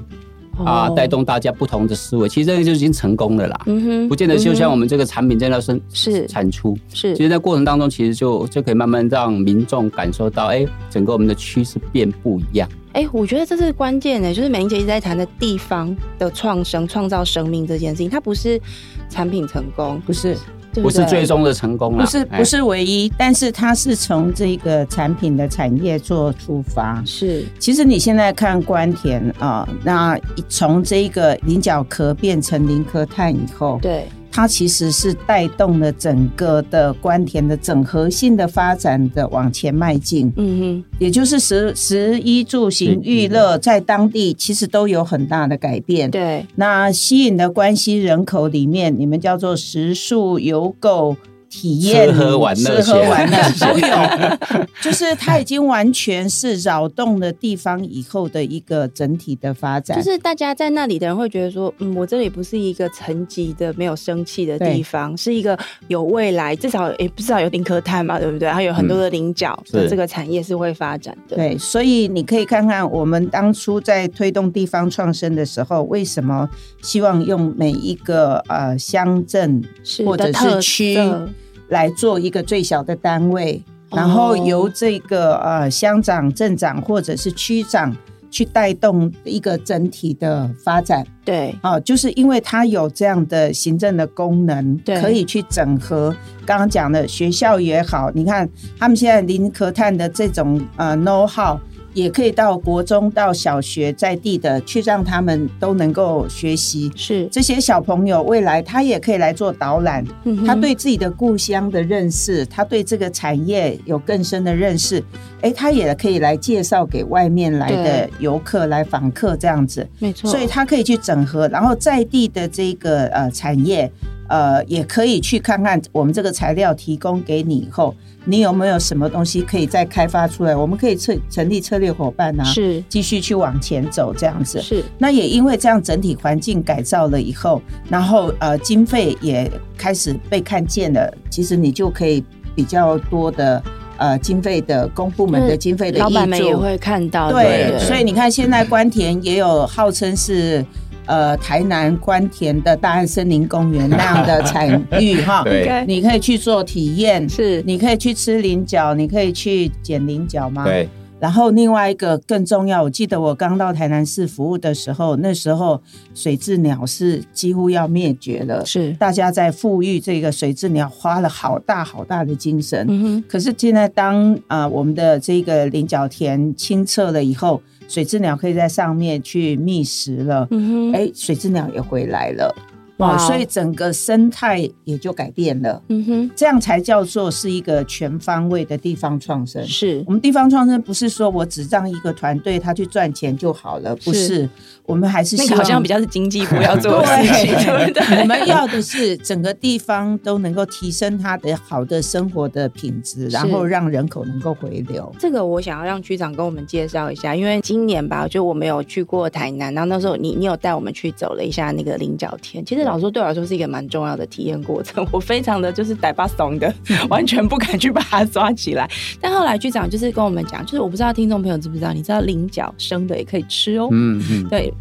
A: 啊，带，
C: 哦
A: 动大家不同的思维，其实这个就已经成功了啦。
C: 嗯哼
A: 不见得就像我
C: 们
A: 们这个产品在那生
C: 是
A: 产出，
C: 是
A: 其实，在过程当中，其实就就可以慢慢让民众感受到，哎，整个我们的趋势变不一样。
C: 哎、我觉得这是关键的，就是美玲姐一直在谈的地方的创生、创造生命这件事情，它不是产品成功，
D: 不是
C: 对
A: 不
C: 嗯对
A: 是最终的成功啦，
D: 不是
A: 哎
D: 不是唯一，但是它是从这个产品的产业做出发。
C: 是
D: 其实你现在看关田啊、那从这个菱角壳变成菱壳炭以后，
C: 对
D: 它其实是带动了整个的关田的整合性的发展的往前迈进。
C: 嗯哼，
D: 也就是食食衣住行
A: 嗯
D: 娱乐在当地其实都有很大的改变。
C: 对，
D: 那吸引的关系人口里面，你们叫做食宿游购体验、
A: 吃喝玩乐
D: 吃喝玩 乐
A: 协
D: 都有，就是它已经完全是扰动了地方以后的一个整体的发展。
C: 就是大家在那里的人会觉得说，嗯，我这里不是一个沉寂的、没有生气的地方，是一个有未来，至少也不至少有林科碳嘛，对不对？还有很多的菱角，
A: 嗯是
C: 这个产业是会发展的。，
D: 对，所以你可以看看我们当初在推动地方创生的时候，为什么希望用每一个呃乡镇
C: 是
D: 或者
C: 的特
D: 是区
C: 色
D: 来做一个最小的单位，
C: 哦
D: 然后由这个呃乡长、镇长或者是区长去带动一个整体的发展
C: 对，
D: 啊、就是因为它有这样的行政的功能，
C: 对
D: 可以去整合。刚刚讲的学校也好，你看他们现在林科探的这种呃 know how。也可以到国中、到小学在地的去让他们都能够学习，
C: 是，
D: 这些小朋友未来他也可以来做导览，
C: 嗯哼
D: 他对自己的故乡的认识，他对这个产业有更深的认识，诶，他也可以来介绍给外面来的
C: 对
D: 游客、来访客这样子，
C: 没错，
D: 所以他可以去整合，然后在地的这个呃产业，呃，也可以去看看我们这个材料提供给你以后，你有没有什么东西可以再开发出来？我们可以策成立策略伙伴啊，
C: 是
D: 继续去往前走这样子。
C: 是
D: 那也因为这样整体环境改造了以后，然后呃经费也开始被看见了，其实你就可以比较多的呃经费的公部门的经费的
C: 老板们
D: 挹
C: 也
D: 注。
C: 会看到，
A: 啊对
D: 对，所以你看现在关田也有号称是。呃，台南关田的大安森林公园那样的产 域哈，
A: 对
C: 应该
D: 你可以去做体验，
C: 是
D: 你可以去吃菱角，你可以去捡菱角吗？
A: 对
D: 然后另外一个更重要，我记得我刚到台南市服务的时候，那时候水蛭鸟是几乎要灭绝了，
C: 是，
D: 大家在富裕这个水蛭鸟花了好大好大的精神。
C: 嗯哼，
D: 可是现在当啊、呃我们的这个菱角田清澈了以后，水蛭鸟可以在上面去觅食了，
C: 嗯哼，
D: 哎、水蛭鸟也回来了，
C: 哇哦
D: 哇，所以整个生态也就改变了。
C: 嗯哼，
D: 这样才叫做是一个全方位的地方创生。
C: 是
D: 我们地方创生不是说我只让一个团队他去赚钱就好了，不是，
C: 是
D: 我们还是
C: 那
D: 希
C: 个
D: 望
C: 好像比较是 经济部要 做的事情，对不对？
D: 我们要的是整个地方都能够提升它的好的生活的品质，然后让人口能够回流。
C: 这个我想要让区长跟我们介绍一下，因为今年吧，就我们有去过台南，然后那时候你你有带我们去走了一下那个菱角田。其实老实说对我来说是一个蛮重要的体验过程， 我非常的就是逮把怂 的，完全不敢去把它抓起来。但后来区长就是跟我们讲，就是我不知道听众朋友知不知道，你知道菱角生的也可以吃哦。
A: 嗯嗯，
C: 对，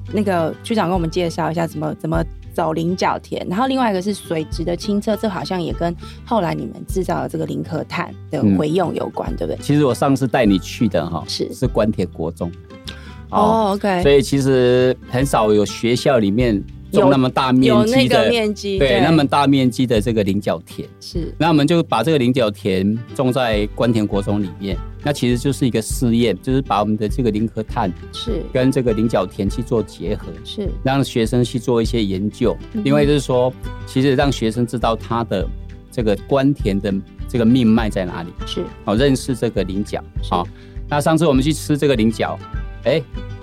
C: 区长跟我们介绍一下怎么怎么走菱角田，然后另外一个是水质的清澈，这好像也跟后来你们制造的这个磷壳炭的
A: 嗯
C: 回用有关，对不对？
A: 其实我上次带你去的哈，
C: 是
A: 是关铁国中。
C: 哦，OK，
A: 所以其实很少有学校里面种
C: 有
A: 那么大面
C: 有那
A: 积
C: 个
A: 的，
C: 面积，
A: 对，那么大面积的这个菱角田。
C: 是
A: 那我们就把这个菱角田种在关田国中里面，那其实就是一个试验，就是把我们的这个菱壳炭
C: 是
A: 跟这个菱角田去做结合，
C: 是
A: 让学生去做一些研究。
C: 嗯哼
A: 另外就是说，其实让学生知道他的这个关田的这个命脉在哪里，
C: 是
A: 哦，认识这个菱角。
C: 是
A: 好、那上次我们去吃这个菱角，哎，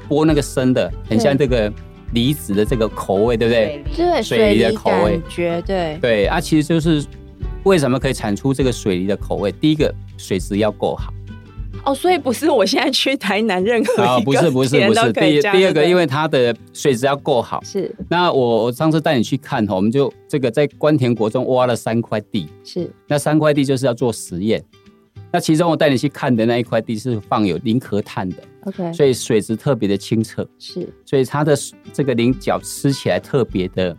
A: 剥那个生的，很像这个梨子的这个口味，对不对？
C: 对
A: 水梨的口味
C: 感觉对
A: 对啊，其实就是为什么可以产出这个水梨的口味？第一个水质要够 好
C: 哦，所以不是我现在去台南任何一个
A: 啊，不是不是
C: 田
A: 不
C: 都
A: 是，
C: 可以
A: 第一
C: 这样
A: 第二个
C: 对
A: 因为它的水质要够好。
C: 是
A: 那我我上次带你去看哦哈，我们就这个在关田国中挖了三块地，
C: 是
A: 那三块地就是要做实验。那其中我带你去看的那一块地是放有磷壳碳的，
C: OK
A: 所以水质特别的清澈，
C: 是
A: 所以它的这个菱角吃起来特别的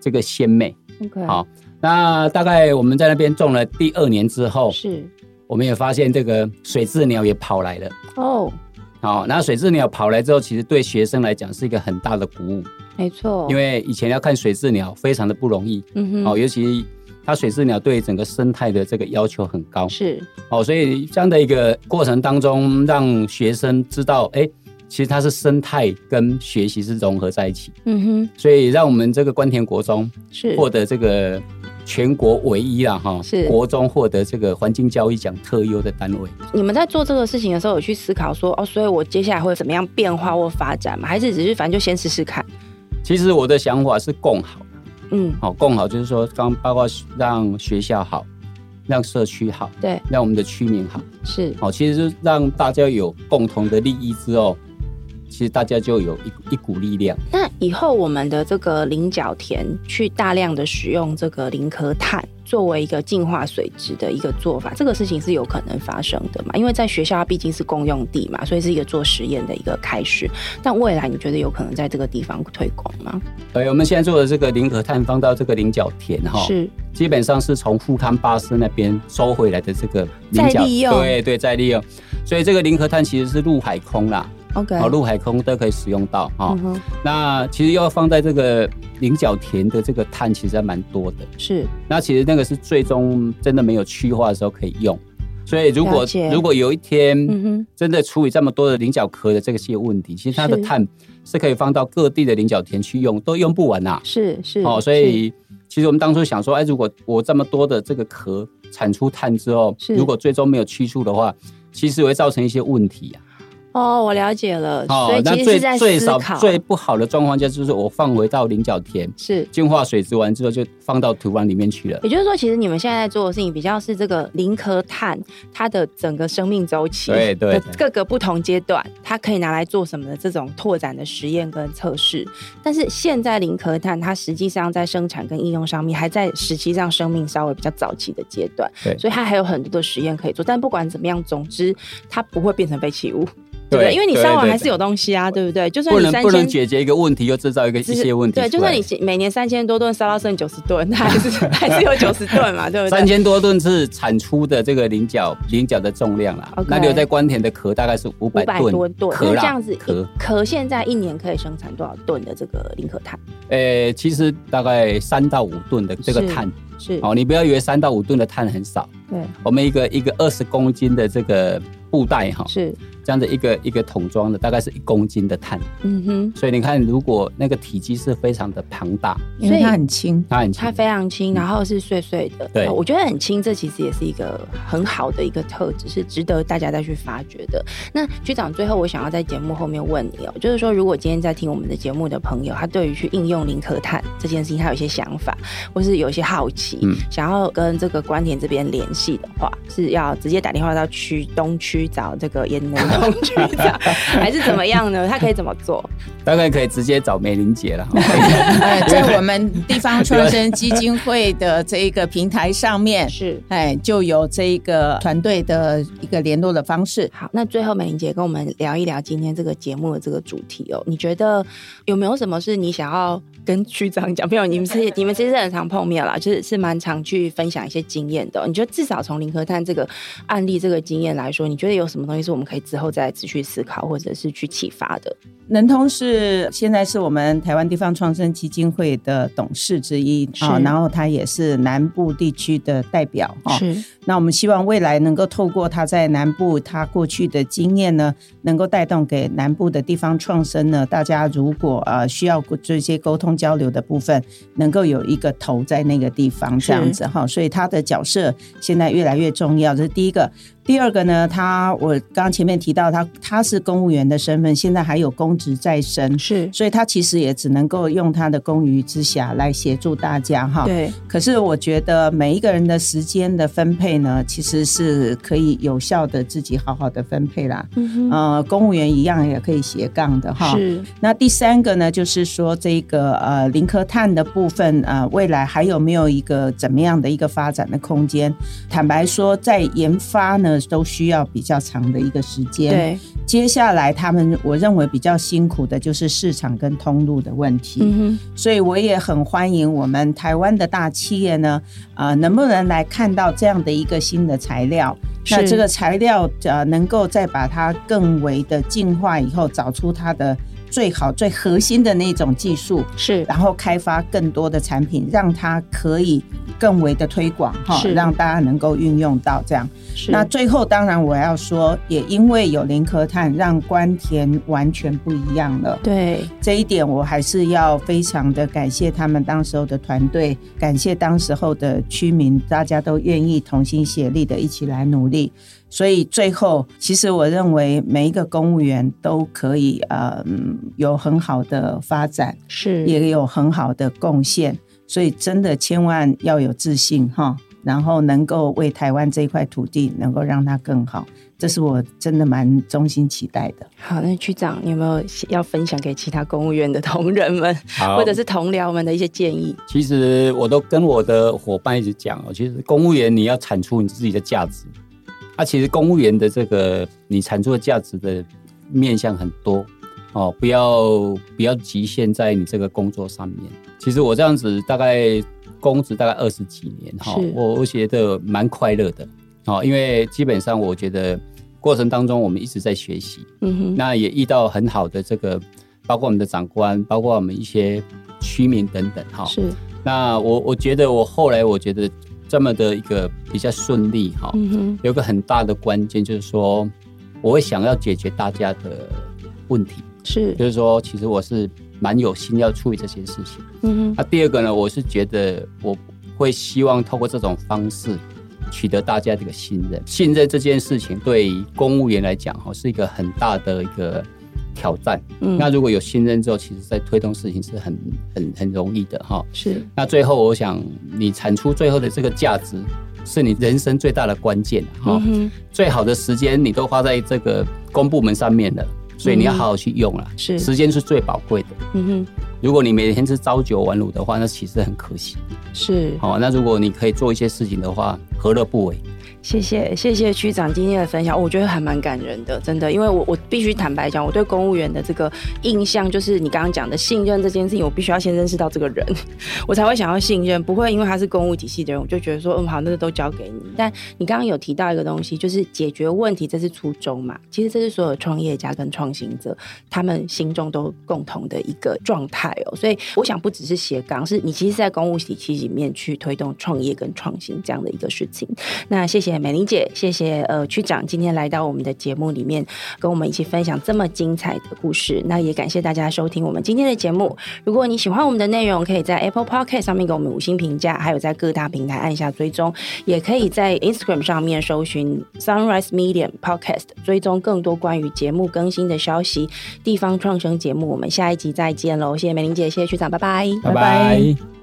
A: 这个鲜美。
C: OK
A: 好那大概我们在那边种了第二年之后，
C: 是
A: 我们也发现这个水雉鸟也跑来了。
C: 哦，
A: 好、那水雉鸟跑来之后，其实对学生来讲是一个很大的鼓舞，
C: 没错，
A: 因为以前要看水雉鸟非常的不容易，
C: 哦嗯哼
A: 哦，尤其它水雉鸟对整个生态的这个要求很高，
C: 是
A: 哦，所以这样的一个过程当中，让学生知道，哎、其实它是生态跟学习是融合在一起，
C: 嗯哼
A: 所以让我们这个关田国中
C: 是
A: 获得这个全国唯一啦哈，
C: 是
A: 国中获得这个环境教育奖特优的单位。
C: 你们在做这个事情的时候，有去思考说哦，所以我接下来会怎么样变化或发展吗？还是只是反正就先试试看？
A: 其实我的想法是共好，
C: 嗯，
A: 好共好就是说，刚包括让学校好，让社区好，
C: 对，
A: 让我们的区民好，
C: 是
A: 好，其实就是让大家有共同的利益之后，其实大家就有一一股力量。
C: 那以后我们的这个菱角田去大量的使用这个磷壳碳作为一个净化水质的一个做法，这个事情是有可能发生的嘛？因为在学校它毕竟是公用地嘛，所以是一个做实验的一个开始。但未来你觉得有可能在这个地方推广吗？
A: 呃，我们现在做的这个林河炭放到这个菱角田哈，
C: 是
A: 基本上是从富康巴士那边收回来的这个菱
C: 再
A: 角，
C: 利用
A: 对对，再利用。所以这个林河炭其实是陆海空啦，
C: OK，
A: 哦，陆海空都可以使用到哈。
C: 嗯哼，
A: 那其实要放在这个菱角田的这个碳，其实还蛮多的。
C: 是
A: 那其实那个是最终真的没有去化的时候可以用。所以如
C: 了
A: 果
C: 解
A: 如果有一
C: 嗯
A: 天
C: 哼
A: 真的处理这么多的菱角壳的这些问题，其实它的
C: 是
A: 碳是可以放到各地的菱角田去用，都用不完呐、
C: 是是
A: 哦，所以其实我们当初想说，哎，如果我这么多的这个壳产出碳之后，
C: 是
A: 如果最终没有去除的话，其实会造成一些问题啊。
C: 哦，我了解了，所以
A: 那
C: 其实
A: 最
C: 是在
A: 最
C: 思
A: 少
C: 考，
A: 最不好的状况下就是我放回到菱角田，
C: 是。
A: 净化水质完之后就放到土壤里面去了。
C: 也就是说，其实你们现在在做的事情比较是这个磷壳碳它的整个生命周期，
A: 对对对
C: 各个不同阶段，它可以拿来做什么的这种拓展的实验跟测试。但是现在磷壳碳它实际上在生产跟应用上面，还在实际上生命稍微比较早期的阶段，
A: 对
C: 所以它还有很多的实验可以做。但不管怎么样，总之它不会变成废弃物，对不对？
A: 对
C: 因为你
A: 对
C: 上网
A: 对
C: 还是
A: 对
C: 有东西啊，对不对？就算
A: 不
C: 你
A: 能
C: 三
A: 不能
C: 千
A: 解决一个问题，又制造一个一些问题出来。
C: 对，就算你每年三千多吨烧到剩九十吨， 它 还是还是有九十吨嘛，对不对？
A: 三千多吨是产出的这个菱角菱角的重量啦
C: OK
A: 那留在关田的壳大概是五
C: 五
A: 百
C: 百
A: 吨
C: 多吨，
A: 壳
C: 那
A: 啦
C: 这样子一
A: 壳，
C: 壳现在一年可以生产多少吨的这个磷壳碳？
A: 呃，其实大概三到五吨的这个
C: 是
A: 碳
C: 是，
A: 哦，你不要以为三到五吨的碳很少，
C: 对，
A: 我们一个一个二十公斤的这个布袋哈，
C: 是，
A: 这样的一个一个桶装的大概是一公斤的碳，
C: 嗯哼，
A: 所以你看，如果那个体积是非常的庞大，
D: 因为它很轻。
A: 它很
C: 它
A: 轻。
C: 非常轻，然后是碎碎的。
A: 嗯对
C: 呃我觉得很轻，这其实也是一个很好的一个特质，是值得大家再去发掘的。那局长，最后我想要在节目后面问你哦，就是说，如果今天在听我们的节目的朋友，他对于去应用零壳碳这件事情，他有一些想法，或是有一些好奇，
A: 嗯
C: 想要跟这个关田这边联系的话，是要直接打电话到区东区找这个研磨东 区长，还是怎么样呢？他可以怎么做？
A: 大概可以直接找梅林姐了哈。
D: 呃，在我们地方创生基金会的这一个平台 上面，
C: 是。
D: 哎，就有这一个团队的一个联络的方式。
C: 好，那最后美玲姐跟我们聊一聊今天这个节目的这个主题哦。你觉得有没有什么是你想要跟区长讲？朋友，你们是你们其实很常碰面啦，就是是蛮常去分享一些经验的哦、你觉得至少从林科探这个案例这个经验来说，你觉得有什么东西是我们可以之后再持续思考或者是去启发的？
D: 能通是现在是我们台湾地方创生基金会的董事之一
C: 是
D: 啊、然后他也是南部地区的代表哦。那我们希望未来能够透过他在南部他过去的经验呢，能够带动给南部的地方创生呢，大家如果呃需要这些沟通交流的部分，能够有一个头在那个地方
C: 是
D: 这样子哈，所以他的角色现在越来越重要，这是第一个。第二个呢，他我刚刚前面提到他他是公务员的身份，现在还有公职在身，
C: 是
D: 所以他其实也只能够用他的公余之暇来协助大家哈。
C: 对，
D: 可是我觉得每一个人的时间的分配呢，其实是可以有效的自己好好的分配啦。
C: 嗯
D: 呃，公务员一样也可以斜杠的哈。
C: 是
D: 那第三个呢，就是说这个呃零科碳的部分，呃，未来还有没有一个怎么样的一个发展的空间？坦白说，在研发呢，都需要比较长的一个时间。，
C: 对，
D: 接下来他们我认为比较辛苦的就是市场跟通路的问题。
C: 嗯哼，
D: 所以我也很欢迎我们台湾的大企业呢，呃，能不能来看到这样的一个新的材料？那
C: 是
D: 这个材料呃，能够再把它更为的进化以后，找出它的最好、最核心的那种技术，
C: 是
D: 然后开发更多的产品，让它可以更为的推广哈，
C: 是
D: 让大家能够运用到这样。
C: 是
D: 那最后，当然我要说，也因为有林科碳，让关田完全不一样了。
C: 对
D: 这一点我还是要非常的感谢他们当时候的团队，感谢当时候的居民，大家都愿意同心协力的一起来努力。所以最后，其实我认为每一个公务员都可以呃嗯有很好的发展，
C: 是
D: 也有很好的贡献。所以真的千万要有自信哈，然后能够为台湾这一块土地能够让它更好，这是我真的蛮衷心期待的。
C: 好。那区长，你有没有要分享给其他公务员的同仁们，
A: 好
C: 或者是同僚们的一些建议？
A: 其实我都跟我的伙伴一直讲哦，其实公务员你要产出你自己的价值，啊，其实公务员的这个你产出的价值的面向很多哦，不要不要局限在你这个工作上面。其实我这样子大概公职大概二十几年哈、
C: 是
A: 我我觉得蛮快乐的哦，因为基本上我觉得过程当中我们一直在学习，
C: 嗯哼，
A: 那也遇到很好的这个，包括我们的长官，包括我们一些区民等等哈。
C: 是
A: 那我我觉得我后来我觉得这么的一个比较顺利哈，
C: 嗯哼，
A: 有一个很大的关键就是说，我会想要解决大家的问题，
C: 是
A: 就是说其实我是蛮有心要处理这些事情。
C: 嗯哼，
A: 那第二个呢，我是觉得我会希望透过这种方式取得大家的一个信任。信任这件事情对于公务员来讲，哈，是一个很大的一个挑战。
C: 嗯
A: 那如果有信任之后，其实在推动事情是很很很容易的哈。
C: 是
A: 那最后，我想你产出最后的这个价值，是你人生最大的关键啊哈。
C: 嗯哼，
A: 最好的时间你都花在这个公部门上面了，所以你要好好去用了。
C: 嗯是
A: 时间是最宝贵的。
C: 嗯
A: 如果你每天是朝九晚五的话，那其实很可惜。
C: 哼，是。
A: 好、那如果你可以做一些事情的话，何乐不为？
C: 谢谢谢谢区长今天的分享，我觉得还蛮感人的，真的，因为我我必须坦白讲，我对公务员的这个印象就是你刚刚讲的信任这件事情，我必须要先认识到这个人， 我才会想要信任，不会因为他是公务体系的人，我就觉得说，嗯，好，那都交给你。但你刚刚有提到一个东西，就是解决问题，这是初衷嘛，其实这是所有创业家跟创新者他们心中都共同的一个状态哦。所以我想，不只是斜杠，是你其实，在公务体系里面去推动创业跟创新这样的一个事情。那谢谢美玲姐，谢谢呃区长今天来到我们的节目里面，跟我们一起分享这么精彩的故事。那也感谢大家收听我们今天的节目。如果你喜欢我们的内容，可以在 Apple Podcast 上面给我们五星评价，还有在各大平台按下追踪，也可以在 Instagram 上面搜寻 Sunrise Medium Podcast，追踪更多关于节目更新的消息。地方创生节目，我们下一集再见喽！谢谢美玲姐，谢谢区长，拜拜。
D: 拜拜